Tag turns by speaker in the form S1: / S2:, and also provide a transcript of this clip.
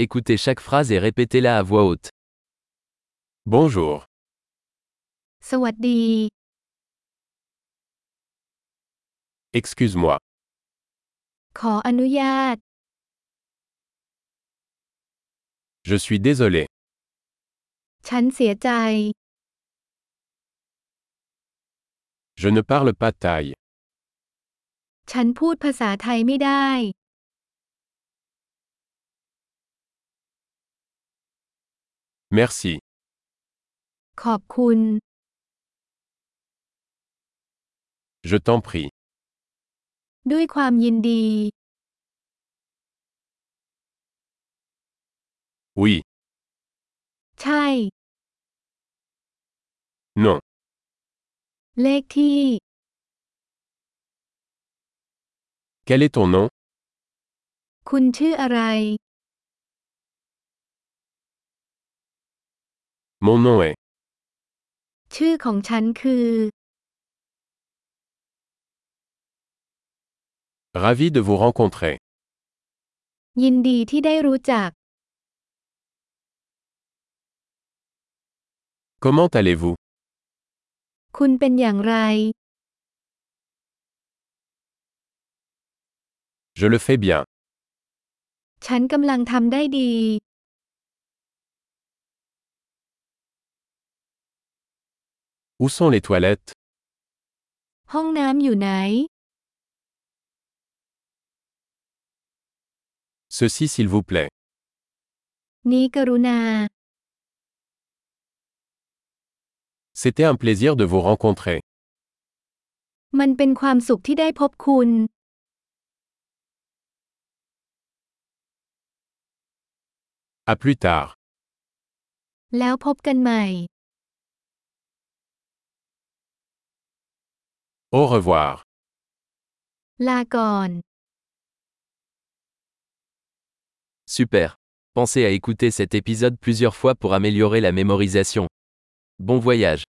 S1: Écoutez chaque phrase et répétez-la à voix haute.
S2: Bonjour.
S3: สวัสดี
S2: Excuse-moi.
S3: ขออนุญาต
S2: Je suis désolé.
S3: ฉันเสียใจ
S2: Je ne parle pas thaï.
S3: ฉันพูดภาษาไทยไม่ได้
S2: Merci.
S3: ขอบคุณ
S2: Je t'en prie.
S3: ด้วยความยินดี
S2: Oui.
S3: ใช่
S2: Non.
S3: เลขที่
S2: Quel est ton nom
S3: คุณชื่ออะไร
S2: Mon nom est.
S3: ชื่อของฉันคือ
S2: Ravi de vous rencontrer.
S3: ยินดีที่ได้รู้จัก
S2: Comment allez-vous
S3: คุณเป็นอย่างไร
S2: Je le fais bien.
S3: ฉันกำลังทำได้ดี
S2: Où sont les toilettes
S3: ห้องน้ำอยู่ไหน
S2: Ceci s'il vous plaît.
S3: นี้กรุณา
S2: C'était un plaisir de vous rencontrer.
S3: มันเป็นความสุขที่ได้พบคุณ
S2: À plus tard.
S3: แล้วพบกันใหม่
S2: Au revoir.
S3: ลาก่อน
S1: Super. Pensez à écouter cet épisode plusieurs fois pour améliorer la mémorisation. Bon voyage.